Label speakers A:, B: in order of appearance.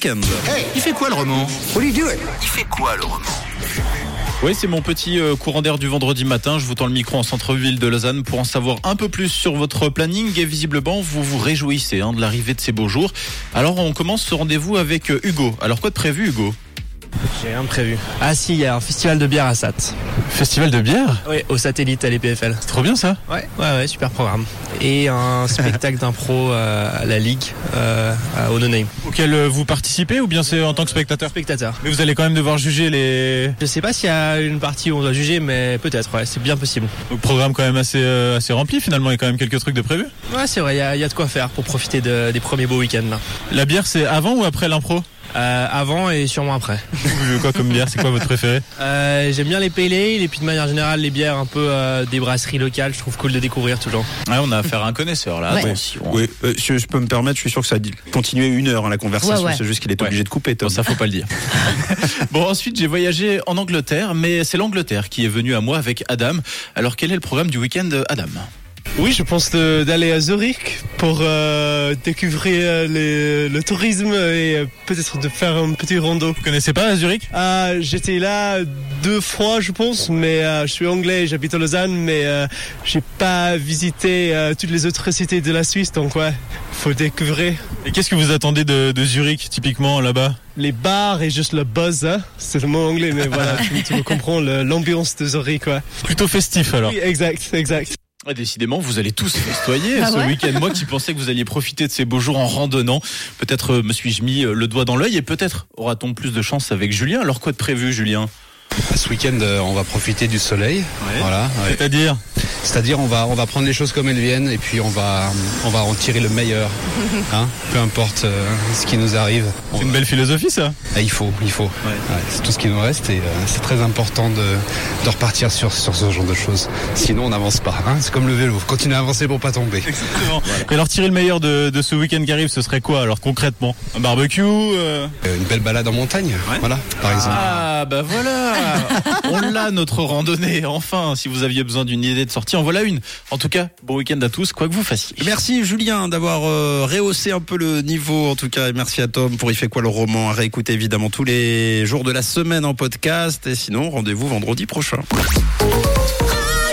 A: Weekend. il fait quoi le roman
B: Oui, c'est mon petit euh, courant d'air du vendredi matin. Je vous tends le micro en centre-ville de Lausanne pour en savoir un peu plus sur votre planning. Et visiblement, vous vous réjouissez hein, de l'arrivée de ces beaux jours. Alors, on commence ce rendez-vous avec euh, Hugo. Alors, quoi de prévu, Hugo
C: J'ai rien de prévu.
D: Ah si, il y a un festival de bière à Sat.
B: Festival de bière
D: Oui, au satellite à l'EPFL.
B: C'est trop bien ça
D: Ouais, ouais, ouais, super programme. Et un spectacle d'impro euh, à la Ligue, euh, à- au No Name.
B: Auquel euh, vous participez ou bien c'est en tant que spectateur
D: Spectateur.
B: Mais vous allez quand même devoir juger les
D: Je sais pas s'il y a une partie où on doit juger, mais peut-être, ouais, c'est bien possible.
B: le programme quand même assez, euh, assez rempli finalement. Il y a quand même quelques trucs de prévu.
D: Ouais, c'est vrai, il y a, il y a de quoi faire pour profiter de- des premiers beaux week-ends là.
B: La bière, c'est avant ou après l'impro
D: Euh, avant et sûrement après.
B: Vous buvez quoi comme bière C'est quoi votre préféré
D: Euh, J'aime bien les pale ale et puis de manière générale les bières un peu euh, des brasseries locales, je trouve cool de découvrir toujours.
B: Ouais, On a affaire à un connaisseur là.
E: Ouais.
B: Attention.
A: Oui, euh, je, je peux me permettre, je suis sûr que ça a dû continuer une heure hein, la conversation,
E: Ouais, ouais.
A: c'est juste qu'il est
B: Ouais.
A: obligé de couper. Tom.
B: Bon, ça faut pas le dire. bon, ensuite, j'ai voyagé en Angleterre, mais c'est l'Angleterre qui est venue à moi avec Adam. Alors, quel est le programme du week-end, Adam
C: Oui, je pense de- d'aller à Zurich pour euh, découvrir euh, les- le tourisme et euh, peut-être de faire un petit rando.
B: Vous connaissez pas Zurich
C: Euh, J'étais là deux fois, je pense, mais euh, je suis anglais, j'habite à Lausanne, mais euh, j'ai pas visité euh, toutes les autres cités de la Suisse, donc ouais, faut découvrir
B: Et qu'est-ce que vous attendez de, de Zurich, typiquement, là-bas
C: les bars et juste le buzz. hein. C'est le mot anglais, mais voilà, tu, tu me comprends le- l'ambiance de Zurich, quoi.
B: Plutôt festif, alors.
C: Oui, exact, exact.
B: Ah, décidément, vous allez tous festoyer
E: Ah
B: ce
E: ouais
B: week-end. Moi qui pensais que vous alliez profiter de ces beaux jours en randonnant, peut-être euh, me suis-je mis euh, le doigt dans l'œil et peut-être aura-t-on plus de chance avec Julien. Alors, quoi de prévu, Julien
F: Ce week-end, euh, on va profiter du soleil. Voilà. ouais.
B: C'est-à-dire
F: C'est-à-dire, on va, on va prendre les choses comme elles viennent et puis on va, on va en tirer le meilleur. Hein Peu importe euh, ce qui nous arrive. On-
B: C'est une belle philosophie, ça
F: Ah, il faut, il faut. Ouais, c'est tout ce qui nous reste et euh, c'est très important de, de repartir sur, sur ce genre de choses. Sinon, on n'avance pas. hein. c'est comme le vélo. Continuez à avancer pour pas tomber.
B: Exactement. Et alors, tirer le meilleur de, de ce week-end qui arrive, ce serait quoi, alors, concrètement Un barbecue euh,
F: Euh, Une belle balade en montagne. Voilà, par exemple.
B: Ah bah voilà On l'a notre randonnée, enfin Si vous aviez besoin d'une idée de sortie, en voilà une En tout cas, bon week-end à tous, quoi que vous fassiez
A: Merci Julien d'avoir euh, rehaussé un peu le niveau en tout cas et merci à Tom pour Il fait quoi le roman à réécouter évidemment tous les jours de la semaine en podcast et sinon rendez-vous vendredi prochain.